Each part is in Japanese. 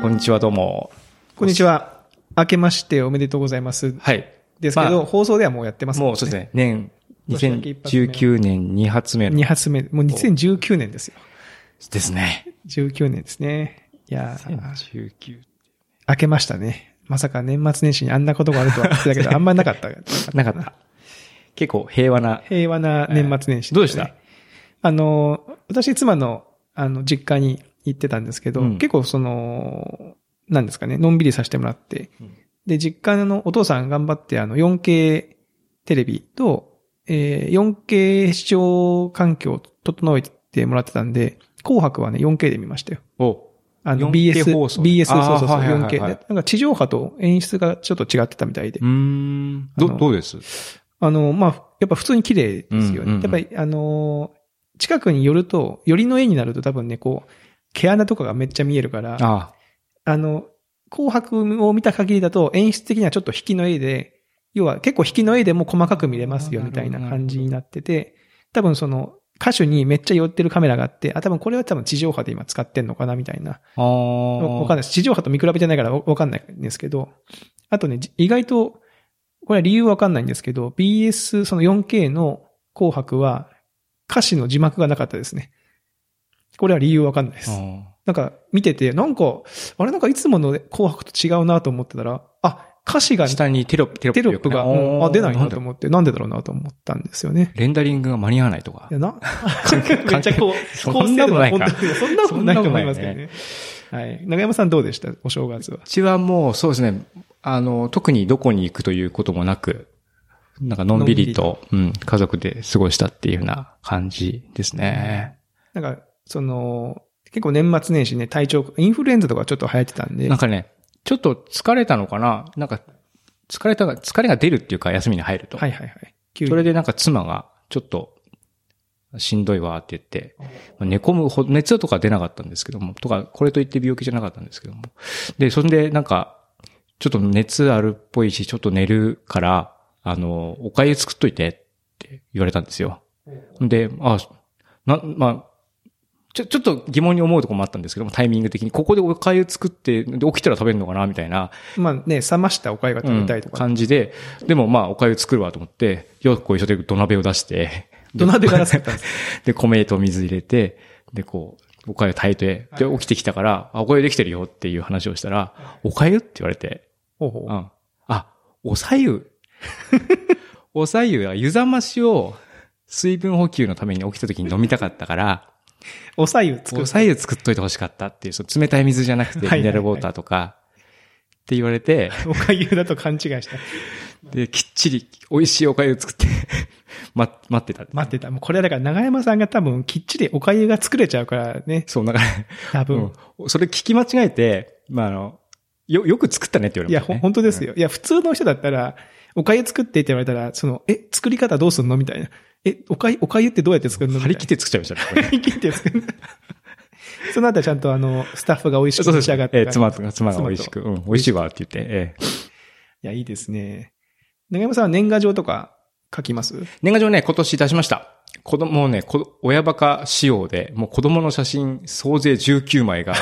こんにちは、どうも。こんにちは。明けましておめでとうございます。はい。ですけど、放送ではもうやってますもうそうですね、年、2019年2発目の2発目。もう2019年ですよ。ですね。 19年ですね。いやー、 2019。明けましたね。まさか年末年始にあんなことがあるとは言って たけど、あんまなかった。なかった。結構平和な。平和な年末年始、どうでしたあの、私、妻の、あの、実家に行ってたんですけど、うん結構その、なんですかね、のんびりさせてもらって、うんで、実家のお父さん頑張って、あの、4K テレビと、えー 4K 視聴環境を整えてもらってたんで、紅白はね、4K で見ましたよ。おあの、 4K BS、放送 BS、そうあーそうそう、はいはいはいはい 4K で。なんか地上波と演出がちょっと違ってたみたいでうー。ん。ど、あのどうですあの、まあ、やっぱ普通に綺麗ですようんうんうね。んやっぱり、あのー、近くに寄ると、寄りの絵になると多分ね、こう、毛穴とかがめっちゃ見えるから、ああの、紅白を見た限りだと演出的にはちょっと引きの絵で、要は結構引きの絵でも細かく見れますよあーみたいななるほど感じになってて、多分その、歌手にめっちゃ寄ってるカメラがあって、あ、多分これは多分地上波で今使ってんのかなみたいな。あ。ああ。わわかんないです。地上波と見比べてないからわわかんないんですけど、あとね、じ意外と、これは理由わかんないんですけど、BS、その 4K の紅白は、歌詞の字幕がなかったですね。これは理由わかんないです。あなんか、見てて、なんか、あれなんかいつもの紅白と違うなと思ってたら、あ、歌詞ーが、テ下にテロップ、テロップロップが、うんあ、出ないなとう。思って、なんでだろうなと思ったんですよね。レンダリングが間に合わないとかいや。な、 めっちゃこそ、うんな高ことな精度なかい本当にそんなことないと思いますけどね。はい。長山さんどうでしたお正月はう。ちはもう、そうですね。あの、特にどこに行くということもなく、なんかのんびりと、うん、家族で過ごしたっていうような感じですね。なんか、その、結構年末年始ね、体調、インフルエンザとかちょっと流行ってたんで、なんかね、ちょっと疲れたのかななんか、疲れたが、疲れが出るっていうか、休みに入ると。はいはいはい。急にそれでなんか妻が、ちょっと、しんどいわって言って、まあ寝込むほど、熱とか出なかったんですけども、とか、これといって病気じゃなかったんですけども。で、そんでなんか、ちょっと熱あるっぽいし、ちょっと寝るから、あの、お粥作っといてって言われたんですよ。で、あ、な、まあ、ちょ、ちょっと疑問に思うところもあったんですけども、タイミング的に、ここでお粥作って、で起きたら食べるのかなみたいな、まあね、冷ましたおかゆが食べたいとうんか、感じで、でもまあ、お粥作るわと思って、よくこう一緒で土鍋を出して、 土鍋から作ったんですで、米と水入れて、で、こう、お粥炊いて、で、起きてきたから、あお粥できてるよっていう話をしたら、お粥って言われて、ほうほううん。あ、おさゆ。 おさゆは湯冷ましを水分補給のために起きた時に飲みたかったから、おさゆ作おる。さゆ作っといてほしかったっていう、その冷たい水じゃなくて、ミはいはいはいネラルウォーターとか、って言われて、おかゆだと勘違いした。で、きっちり美味しいお粥を作って、 ま、待ってた。待ってた。もうこれはだから長山さんが多分きっちりおかゆが作れちゃうからね、そう、だから、多分。うん。それ聞き間違えて、まあ、あの、よ、よく作ったねって言わいれや、ました、ほね。本当ですよ。いや、普通の人だったら、おかゆ作ってって言われたら、その、え、作り方どうすんのみたいな。え、おかゆ、おかゆってどうやって作るうん。の。張り切ってて作っちゃいましたねこ れ。張り切って作る。 その後はちゃんとあの、スタッフが美味しくそうで仕す。え上がって。ー妻と、妻が美味しく、うん、美味しいわって言って、えーいや、いいですね。長山さんは年賀状とか書きます年賀状ね、今年出しました。子供、もうね、こ親バカ仕様で、もう子供の写真、総勢19枚が、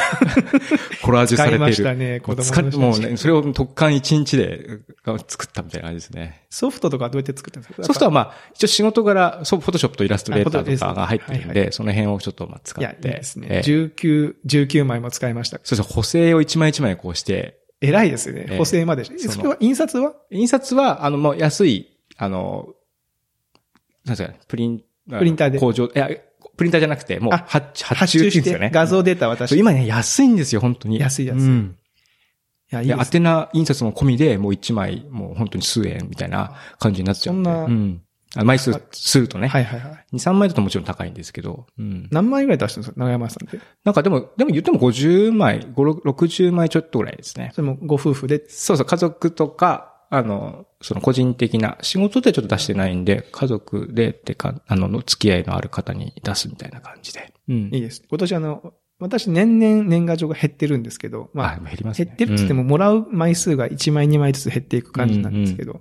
コラージュされている。使いましたね子供の写真もう疲れもうね、それを特艦1日でが作ったみたいな感じですね。ソフトとかどうやって作ったんですかソフトはまあ、一応仕事柄、そう、フォトショップとイラストレータあフォトーレーとターかが入ってるんで、はいその辺をちょっとまあ使いや、っいいて。ですえね。ー19、19枚も使いました。そうそう、補正を一枚一枚こうして、偉いですよええね。補正まで。そのそれは印刷は印刷は、あの、もう安い、あの、なんですかね、プリン、プリンターで工場、いや、プリンターじゃなくて、もうあ発発発注注っていしうんですてよね。画像データ渡そしうて。い今ね、安いんですよ、本当に。安い安いうん。や、いいで、で宛す。名印刷も込みで、もう一枚、もう本当に数円みたいな感じになっちゃうんで。そんなうん。あ枚数あ、するとね。はいはいは2、い。3枚だともちろん高いんですけど。うん。何枚ぐらい出したんですか長山さんって。なんかでも、でも言っても50枚、5、60枚ちょっとぐらいですね。それもご夫婦で。そうそう、家族とか、あの、その個人的な、仕事でちょっと出してないんで、家族でってか、あの、の付き合いのある方に出すみたいな感じで。うん。いいです。今年あの、私年々年賀状が減ってるんですけど、まああ、、減りますね。減ってるって言っても、も、もらう枚数が1枚2枚ずつ減っていく感じなんですけど、えー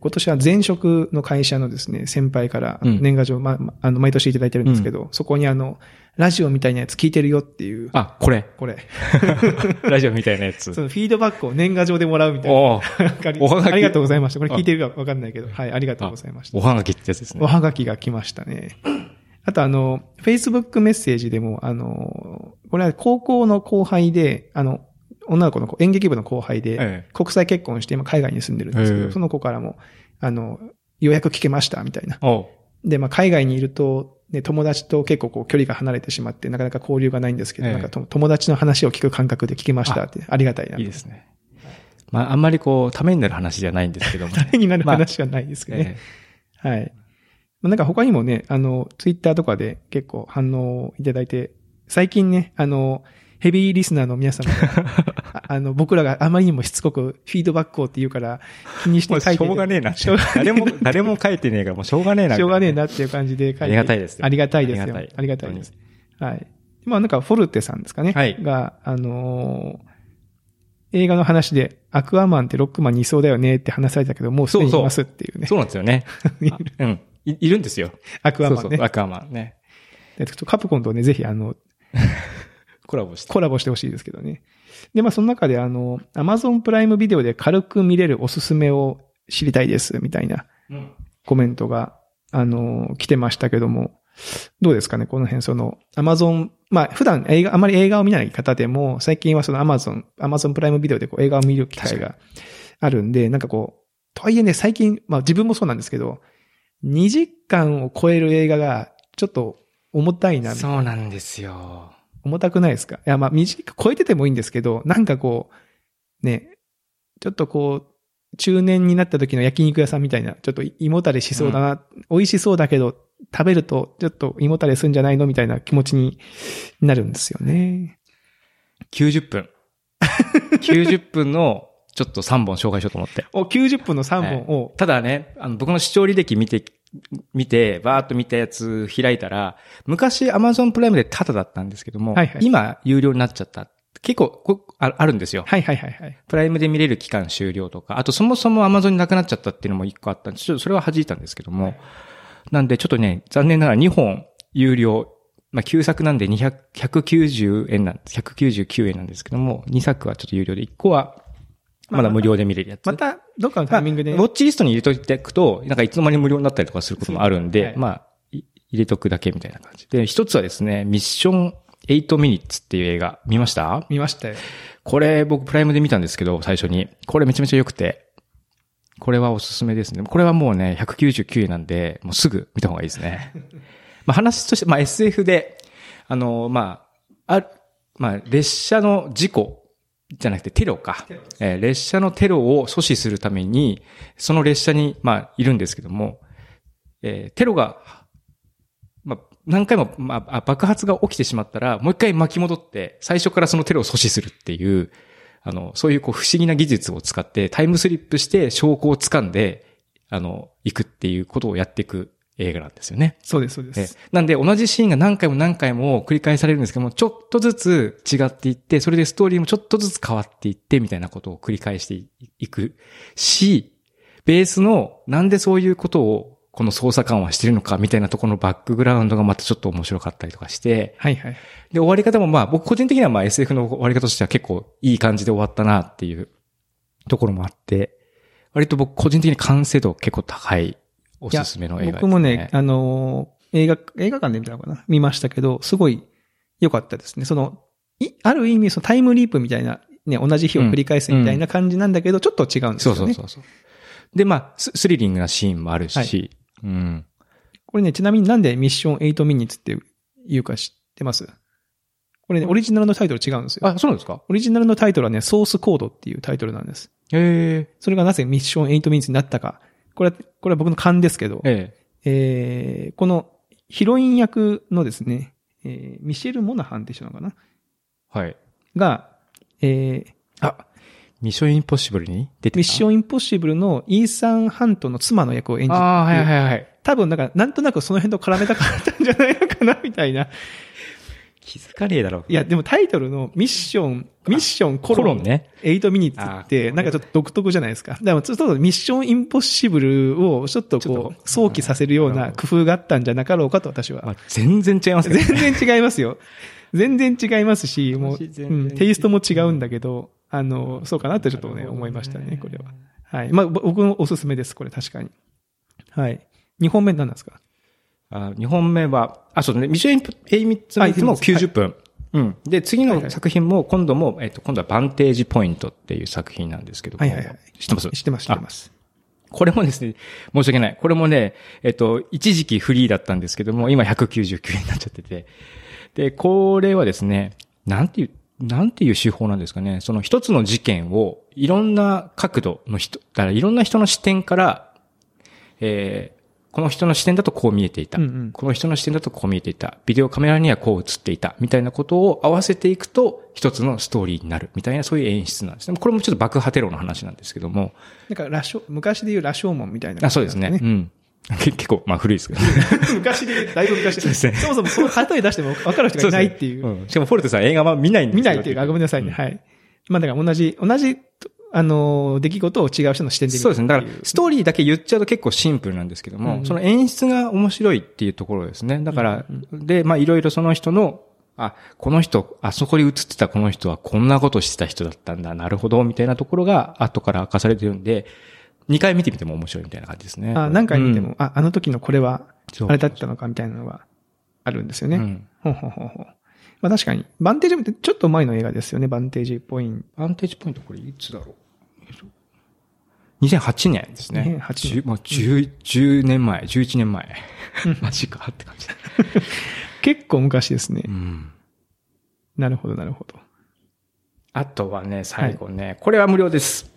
今年は前職の会社のですね、先輩からうん年賀状、ま、まあの、毎年いただいてるんですけど、そこにあの、ラジオみたいなやつ聞いてるよっていう、あ、これ。これ、ラジオみたいなやつそ。のフィードバックを年賀状でもらうみたいな。おおわかりおはがきありがとうございました。これ聞いてるかわかんないけど、はい、ありがとうございましたお。はがきってやつですおね。はがきが来ましたね。あとあの、Facebook メッセージでも、あの、これは高校の後輩で、あの、女の子の子演劇部の後輩で、え国際結婚して今海外に住んでるんですけえど、えその子からも、あの、ようやく聞けました、みたいな。え。おうで、まあ、海外にいると、ね、友達と結構こう距離が離れてしまって、なかなか交流がないんですけど、ええなんかと友達の話を聞く感覚で聞けましたって、ありがたいな。いい ですね。まあ、あんまりこう、ためになる話じゃないんですけどもね。 になる話はないですけどね。えはい。まあなんか他にもね、あの、ツイッターとかで結構反応をいただいて、最近ね、あの、ヘビーリスナーの 皆様がああの、僕らがあまりにもしつこくフィードバックをって言うから気にしえもうて書 いしてて、ょうがねえな。しょうがねえ誰も、誰も書いてねえから、もうしょうがねえな。しょうがねえなっていう感じで書いて。ありがたいですよありがたいですよ。あありがたいりがたいです。はい。まあなんか、フォルテさんですかね。はいが、あのー映画の話で、アクアマンってロックマンにいそうだよねって話されたけど、もうすでにいますって いうね。そうなんですよね。あうん。いいるんですよ。アクアマンね。そうそう、アクアマンね。でちょっとカプコンとね、ぜひ、あの、コラボして。コラボしてほしいですけどね。で、まあ、その中で、あの、Amazon プライムビデオで軽く見れるおすすめを知りたいです、みたいなうんコメントが、あの、来てましたけども、どうですかね、この辺、その、Amazon、まあ、普段映画、あまり映画を見ない方でも、最近はその Amazon、Amazon プライムビデオでこう映画を見る機会があるんで、なんかこう、とはいえね、最近、まあ自分もそうなんですけど、2時間を超える映画が、ちょっと重たいな、みたいなそうなんですよ。重たくないですかいや、まあ、短く超えててもいいんですけど、なんかこう、ね、ちょっとこう、中年になった時の焼肉屋さんみたいな、ちょっと胃もたれしそうだな、美味しそうだけど、食べるとちょっと胃もたれするんじゃないのみたいな気持ちになるんですよね。 90分。90分の、ちょっと3本紹介しようと思って。お、90分の3本を、ただね、あの、僕の視聴履歴見て、見て、バーっと見たやつ開いたら、昔 Amazon プライムでタダだったんですけども、はいはい今有料になっちゃった。結構こあ、あるんですよ。はい、はいはいはい。プライムで見れる期間終了とか、あとそもそも Amazon になくなっちゃったっていうのも一個あったんです。ちょっとそれは弾いたんですけども。なんでちょっとね、残念ながら2本有料、まあ旧作なんで200 190円なんです。199円なんですけども、2作はちょっと有料で、1個はまだ無料で見れるやつ。また、どっかのタイミングで、まあウォッチリストに入れといていくと、なんかいつの間に無料になったりとかすることもあるんで、そうですねまあ、い入れとくだけみたいな感じ。で、一つはですね、ミッション8ミニッツっていう映画、見ました見ましたよ。これ僕プライムで見たんですけど、最初に。これめちゃめちゃ良くて。これはおすすめですね。これはもうね、199円なんで、もうすぐ見た方がいいです ね。まあ話として、まあ SF で、あの、まあ、ある、まあ列車の事故じゃなくてテロか。えー列車のテロを阻止するために、その列車に、まあいるんですけども、えーテロが、まあ、何回も、まあ、あ爆発が起きてしまったら、もう一回巻き戻って、最初からそのテロを阻止するっていう、あの、そういうこう不思議な技術を使って、タイムスリップして証拠を掴んで、あの、行くっていうことをやっていく映画なんですよね。そうです、そうでえす。なんで同じシーンが何回も何回も繰り返されるんですけども、ちょっとずつ違っていって、それでストーリーもちょっとずつ変わっていって、みたいなことを繰り返していくし、ベースのなんでそういうことをこの捜査官はしてるのか、みたいなところのバックグラウンドがまたちょっと面白かったりとかして、はいはい。で、終わり方もまあ、僕個人的にはまあ SF の終わり方としては結構いい感じで終わったなっていうところもあって、割と僕個人的に完成度結構高いおすすめの映画です、ね。僕もね、あのー映画、映画館で見たのかな見ましたけど、すごい良かったですね。その、い、ある意味、そのタイムリープみたいな、ね、同じ日を繰り返すみたいな感じなんだけど、ちょっと違うんでそすようね。そうそうそう。で、まあス、スリリングなシーンもあるし、はうん。これね、ちなみになんでミッション8ミニッツっていうか知ってますこれね、オリジナルのタイトル違うんですよ。あ、そうなんですかオリジナルのタイトルはね、ソースコードっていうタイトルなんです。へそれがなぜミッション8ミニッツになったか。これは、これは僕の勘ですけどえ。、ええーこのヒロイン役のですね、えーミシェル・モナハンって人なのかなえ。はい。が、えーあ、ミッションインポッシブルに出てミッションンインポッシブルのイーサン・ハントの妻の役を演じて、ああ、はいはいはい。多分なんか、なんとなくその辺と絡めたかったんじゃないのかな、みたいな。気づかねえだろ。 いや、でもタイトルのミッション、ミッションココロロンンね。 8ミニッツって、あなんかちょっと独特じゃないですか。だから、ちょっとミッションインポッシブルをちょっとちょこっう、想起させるような工夫があったんじゃなかろうかと私まは。あ、全然違いますね。全然違いますよ。全然違いますし、もう、私全う然んテイストも違うんだけど、あの、そうかなってちょっとね、思いましたね、これは。はい。まあ、ぼ僕のおすすめです、これ確かに。はい。2本目何なんですかあ2本目は、あ、そうね、ミッションインプエイミッツはいも90分。うん。で、次はいはのい作品も、今度も、えっと、今度はバンテージポイントっていう作品なんですけどもはいはいはい知ってます知ってます、知ってます。これもですね、申し訳ない。これもね、えっと、一時期フリーだったんですけども、今199円になっちゃってて。で、これはですね、なんていう、なんていう手法なんですかね。その一つの事件を、いろんな角度の人、だからいろんな人の視点から、えーこの人の視点だとこう見えていた。うんうんこの人の視点だとこう見えていた。ビデオカメラにはこう映っていた。みたいなことを合わせていくと、一つのストーリーになる。みたいな、そういう演出なんですね。これもちょっと爆破テロの話なんですけども。なんか、羅生、昔で言う羅生門みたいな、あ、そうですね。うん。け 結構、まあ古いです けど。昔で、だいぶ昔で。すねそもそもその例え出しても分かる人がいないっていう。んしかもフォルトさん映画は見ないんです見ないっていうか、あごめんなさいね。うんはい。まあだから同じ、同じ、あのー、出来事を違う人の視点で見る。そうですね。だから、ストーリーだけ言っちゃうと結構シンプルなんですけども、うんその演出が面白いっていうところですね。だから、で、まあいろいろその人の、あ、この人、あそこに映ってたこの人はこんなことしてた人だったんだ、なるほど、みたいなところが後から明かされてるんで、2回見てみても面白いみたいな感じですね。あ何回見ても、あ、あの時のこれは、そうあれだったのかみたいなのがあるんですようね。ん。うんほうほうほうほう。まあ確かに、バンテージってちょっと前の映画ですよね、バンテージポインアンテージポイントこれいつだろう ?2008 年ですね。 2008年10もう 10, 10年前、11年前うん。マジかって感じだ。ト。結構昔ですねう。ん。なるほど、なるほど。あとはね、最後ね、これは無料です。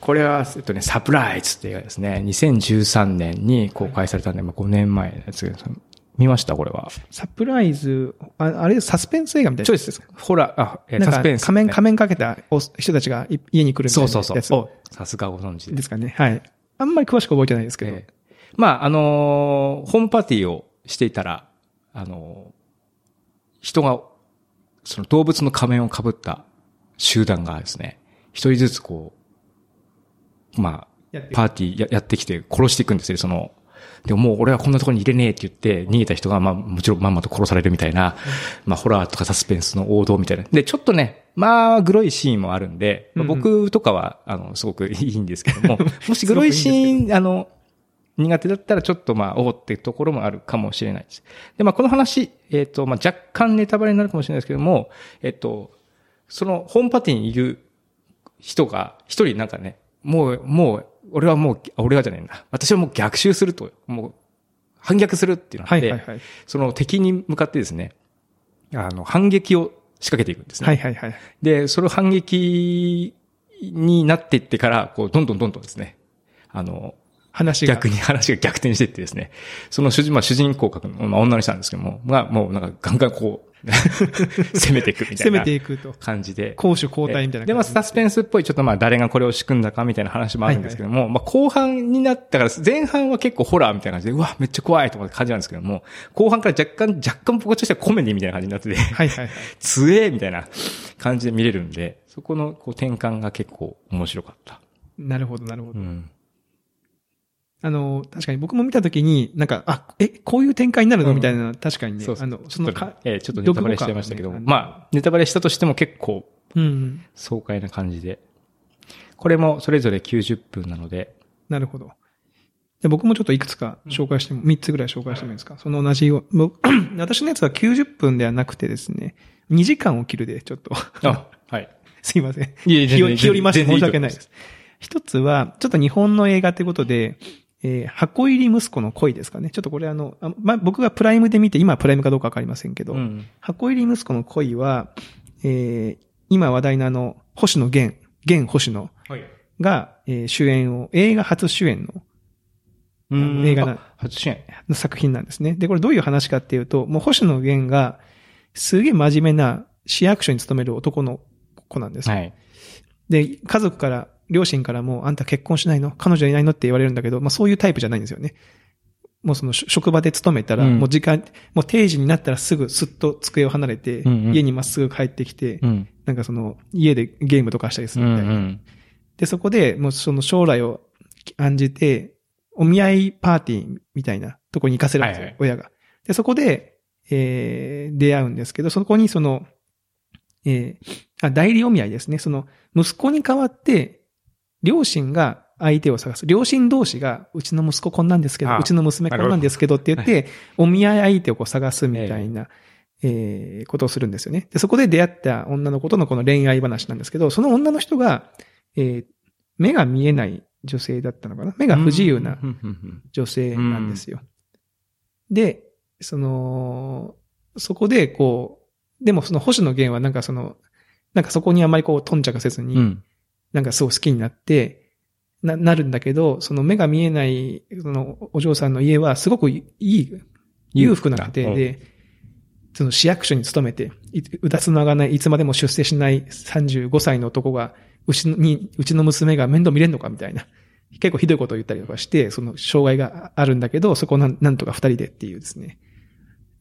これは、えっとね、サプライズって映画ですね。2013年に公開されたんで、まあ5年前のやつですけど見ましたこれは。サプライズ、ああれ、サスペンス映画みたいな。そうです。ホラー、あ、えなんサかスペンス、仮面、仮面かけたお人たちがい家に来るみたいそうなやつ。そうそう。おさすがご存知でですかね。はい。あんまり詳しく覚えてないですけど。ええまあ、あのーホームパーティーをしていたら、あのー人が、その動物の仮面を被った集団がですね、一人ずつこう、まやっあて、パーティーややってきて殺していくんですよ、その、でももう俺はこんなところに入れねえって言って逃げた人が、まあもちろんまんまと殺されるみたいな、まあホラーとかサスペンスの王道みたいな。で、ちょっとね、まあグロいシーンもあるんで、まあうんうん僕とかは、あの、すごくいいんですけど も、もしグロいシーン、あの、苦手だったらちょっとまあ、おうっていうところもあるかもしれないです。で、まあこの話、えっ、と、まあ若干ネタバレになるかもしれないですけども、えっ、と、そのホームパーティーにいる人が、一人なんかね、もう、もう、俺はもう、あ俺はじゃねえな。私はもう逆襲すると、もう、反逆するっていうのがあはっいて、はいはい。その敵に向かってですね、あの、反撃を仕掛けていくんですね。はいはいはい。で、それを反撃になっていってから、こう、どんどんどんどんですね、あの、話が。逆に話が逆転していってですね、その主人、まあ主人公格の、まあ女の人なんですけども、が、もうなんかガンガンこう、 攻めていくみた攻いめなていくと。感じで。攻守交代みたいな感じで、まあ、サスペンスっぽい、ちょっとまあ、誰がこれを仕組んだかみたいな話もあるんですけども、まあ、後半になったから、前半は結構ホラーみたいな感じで、うわ、めっちゃ怖いとかって感じなんですけども、後半から若干、若干僕としてはコメディみたいな感じになってて、 はいはいはい。つえみたいな感じで見れるんで、そこのこう転換が結構面白かった。なるほど、なるほうど。ん。あの、確かに僕も見たときに、なんか、あ、え、こういう展開になるのみたいな、確かにねそう、そあうの、ちそょのっとねか、えーちょっとネタバレしちゃいましたけど、読語感まあ、ネタバレしたとしても結構うんうん。爽快な感じで、これもそれぞれ90分なの で、なるほど。で僕もちょっといくつか紹介しても、3つぐらい紹介してもいいですかその同じよう、 僕私のやつは90分ではなくてですね、2時間を切るで、ちょっと、 あ、はい。すいません。いえ日和日和まして申し訳ないで。。全然全然と思ます一つは、ちょっと日本の映画ということで、えー箱入り息子の恋ですかね。ちょっとこれあの、あま、僕がプライムで見て、今はプライムかどうかわかりませんけど、うん。箱入り息子の恋は、えー今話題のあの、星野源、源星野はい。が、えー主演を、映画初主演のうん映画なあ初主演。の作品なんですね。で、これどういう話かっていうと、もう星野源が、すげえ真面目な市役所に勤める男の子なんですよ。はい。で、家族から、両親からも、あんた結婚しないの彼女いないのって言われるんだけど、まあそういうタイプじゃないんですよね。もうそのし職場で勤めたら、うんもう時間、もう定時になったらすぐすっと机を離れて、うんうん家にまっすぐ帰ってきて、うん。なんかその家でゲームとかしたりすうるみたいな。ん。で、そこでもうその将来を案じて、お見合いパーティーみたいなとこに行かせるんですよ、はいはい親が。で、そこで、えー、出会うんですけど、そこにその、えー、あ、代理お見合いですね。その、息子に代わって、両親が相手を探す。両親同士が、うちの息子こんなんですけど、あうちの娘こんなんですけどって言って、お見合い相手をこう探すみたいな、えーことをするんですよね。で、そこで出会った女の子とのこの恋愛話なんですけど、その女の人が、えー目が見えない女性だったのかな目が不自由なうんうん女性なんですよ。で、その、そこでこう、でもその星野源はなんかその、なんかそこにあんまりこう頓着せずうに、んうん。なんかすごい好きになって、な、なるんだけど、その目が見えない、そのお嬢さんの家はすごくいい、裕福な家庭で、その市役所に勤めて、いうだつの上がない、いつまでも出世しない35歳の男が、うちのに、うちの娘が面倒見れんのかみたいな。結構ひどいことを言ったりとかして、その障害があるんだけど、そこをなんなんとか二人でっていうですね、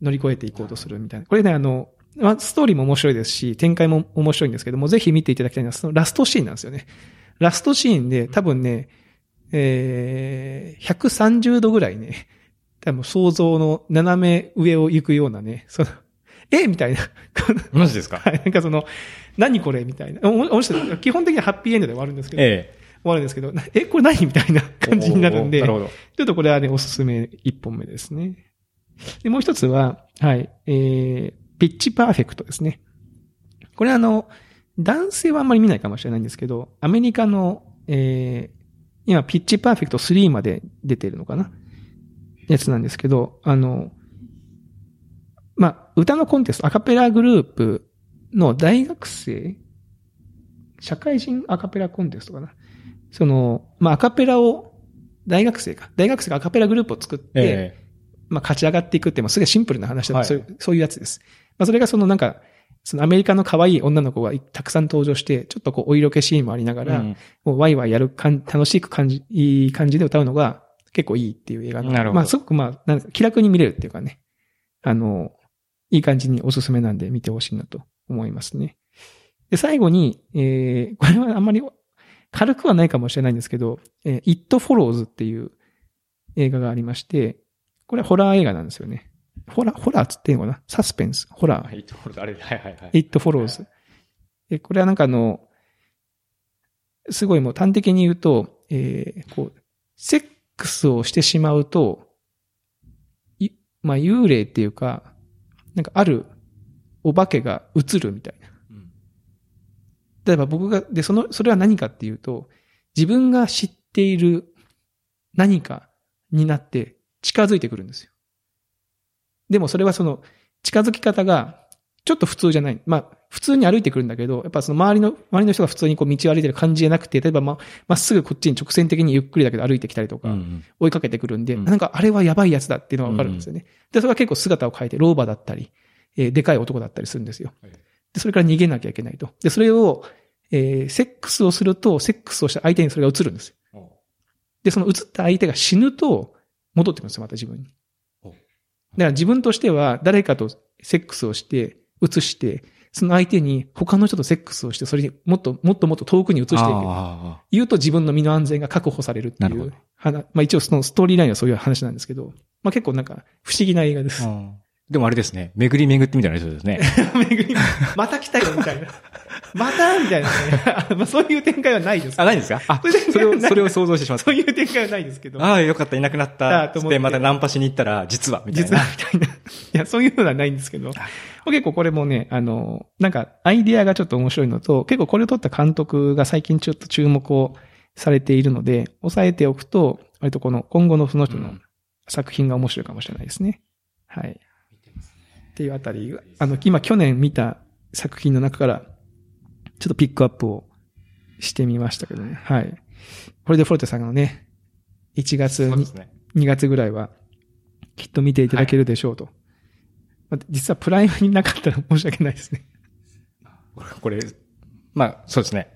乗り越えていこうとするみたいな。これね、あの、まあ、ストーリーも面白いですし、展開も面白いんですけども、ぜひ見ていただきたいのは、そのラストシーンなんですよね。ラストシーンで、多分ね、えー、130度ぐらいね、多分想像の斜め上を行くようなね、その、えみたいな。 このマジですかはい、なんかその、何これみたいな。お面白い基本的にはハッピーエンドで終わるんですけど、ええ。終わるんですけど、なえ、これ何みたいな感じになるんで、おーなちるょほど。っとこれはね、おすすめ一本目ですね。で、もう一つは、はい、えー、ピッチパーフェクトですね。これあの、男性はあんまり見ないかもしれないんですけど、アメリカの、えー、今、ピッチパーフェクト3まで出てるのかなやつなんですけど、あの、まあ、歌のコンテスト、アカペラグループの大学生社会人アカペラコンテストかなその、まあ、アカペラを、大学生か。大学生がアカペラグループを作って、ええ。まあ、勝ち上がっていくって、まあ、すげえシンプルな話だ、はいそういう、そういうやつです。まあ、それがそのなんか、そのアメリカの可愛い女の子がいたくさん登場して、ちょっとこう、お色気シーンもありながら、うんもうワイワイやるかん、楽しく感じ、いい感じで歌うのが結構いいっていう映画んでなるほどまあすごくまあ、なんですか気楽に見れるっていうかね。あの、いい感じにおすすめなんで見てほしいなと思いますね。で、最後に、えー、 これはあんまり軽くはないかもしれないんですけど、えー、It Follows っていう映画がありまして、これはホラー映画なんですよね。ホラー、ホラーっつってんのかなサスペンス、ホラーあ。いいところだ。あれ、はいはいはい。 It Follows。えこれはなんかあの、すごいもう端的に言うと、えーこう、セックスをしてしまうと、いまあ、幽霊っていうか、なんかあるお化けが映るみたいな。うん例えば僕が、で、その、それは何かっていうと、自分が知っている何かになって近づいてくるんですよ。でもそれはその、近づき方が、ちょっと普通じゃない。まあ、普通に歩いてくるんだけど、やっぱその周りの、周りの人が普通にこう道を歩いてる感じじゃなくて、例えばまあ、まっすぐこっちに直線的にゆっくりだけど歩いてきたりとか、うん追いかけてくるんで、うんなんかあれはやばいやつだっていうのがわかるんですよね。で、それは結構姿を変えて、老婆だったり、えーでかい男だったりするんですよはい。で、それから逃げなきゃいけないと。で、それを、えーセックスをすると、セックスをした相手にそれが映るんですよ。うんおで、その映った相手が死ぬと、戻ってくるんですよ、また自分に。おだから自分としては、誰かとセックスをして、映して、その相手に他の人とセックスをして、それにもっともっともっと遠くに映していく。あ言うと自分の身の安全が確保されるってないるほうど話。まあ一応そのストーリーラインはそういう話なんですけど、まあ結構なんか不思議な映画であす。うんでもあれですね。巡り巡ってみたいな人ですね。 巡りまた来たよみたいな。 またみたいなね。 まあそういう展開はないです。あ、ないんですかあ、そそれれをを、それを想像してしまっそたう。いう展開はないですけど。ああ、よかった、いなくなっだた。と思ってで、またナンパしに行ったら、実は、みたい実はな。みたいな。いや、そういうのはないんですけど。結構これもね、あの、なんかアイディアがちょっと面白いのと、結構これを取った監督が最近ちょっと注目をされているので、押さえておくと、割とこの今後のその人うのん作品が面白いかもしれないですね。はい。っていうあたり、あの、今去年見た作品の中から、ちょっとピックアップをしてみましたけどね。はい。これでフォルテさんのね、1月そうにですね。 2月ぐらいは、きっと見ていただけるでしょうと。まあ実はプライムになかったら申し訳ないですね。これ、まあ、そうですね。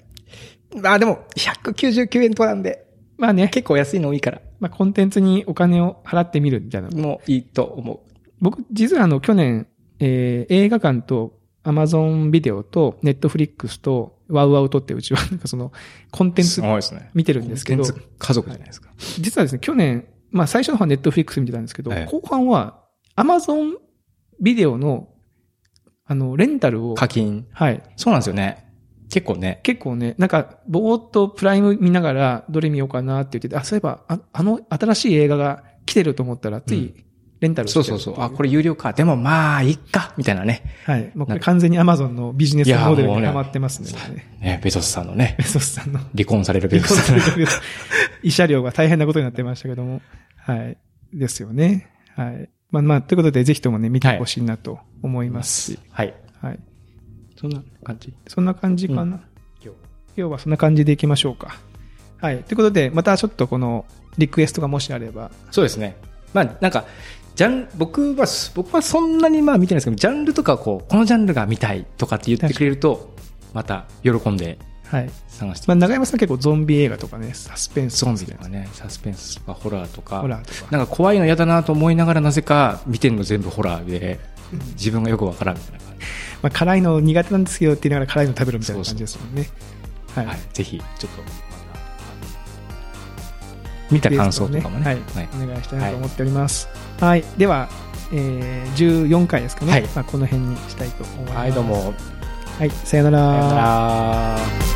あ、でも、199円とかなんで、まあね、結構安いの多いから。まあ、コンテンツにお金を払ってみるみたいな。もういいと思僕、実はあの、去年、えー映画館と Amazon ビデオと Netflix とワウワウとってうちは、 なんかその、コンテう。ンツごいですね。見てるんですけど、コンテンツ家族じゃないですか。実はですね、去年、まあ最初の方は Netflix 見てたんですけど、ええ後半は Amazon ビデオの、あの、レンタルを、課金。はい。そうなんですよね。結構ね。結構ね、なんか、ぼーっとプライム見ながら、どれ見ようかなって言ってて、あ、そういえば、ああの、新しい映画が来てると思ったら、つうい、レンタルしてそるうそうそう。あ、これ。れ有料か。でもまあ、いっか。みたいなね。はい。もうこれ完全に Amazon のビジネスモデルにハマってますね。いやもうねね、ベゾスさんのねベ。ソスさんの。離婚されるベゾスさん。 医者料が大変なことになってましたけども。はい。ですよね。はい。まあまあ、ということで、ぜひともね、見てほしいなと思いますし。はい。はい。そんな感じ。そんな感じかな。う今今日はそんな感じでいきましょうか。はい。ということで、またちょっとこの、リクエストがもしあれば。そうですね。まあ、なんか、ジャン、僕は、僕はそんなにまあ見てないですけど、ジャンルとかこう、このジャンルが見たいとかって言ってくれると、また喜んではい。探してまあ、長山さん結構ゾンビ映画とかね、サスペンスゾンビととかかね、サスペンスとかホラーとか、ホラーとか。なんか怖いの嫌だなと思いながらなぜか見てるの全部ホラーで、自分がよくわからんみたいな感じ。まあ、辛いの苦手なんですよって言いながら辛いの食べるみたいな感じですもんね。はい。はい、ぜひ、ちょっと、また見た感想とかもね。はいはい。お願いしたいなと思っております。はい。では、えー、14回ですかね。はいまあ、この辺にしたいと思います。はい、どう。も。はい。ささよよならうなら。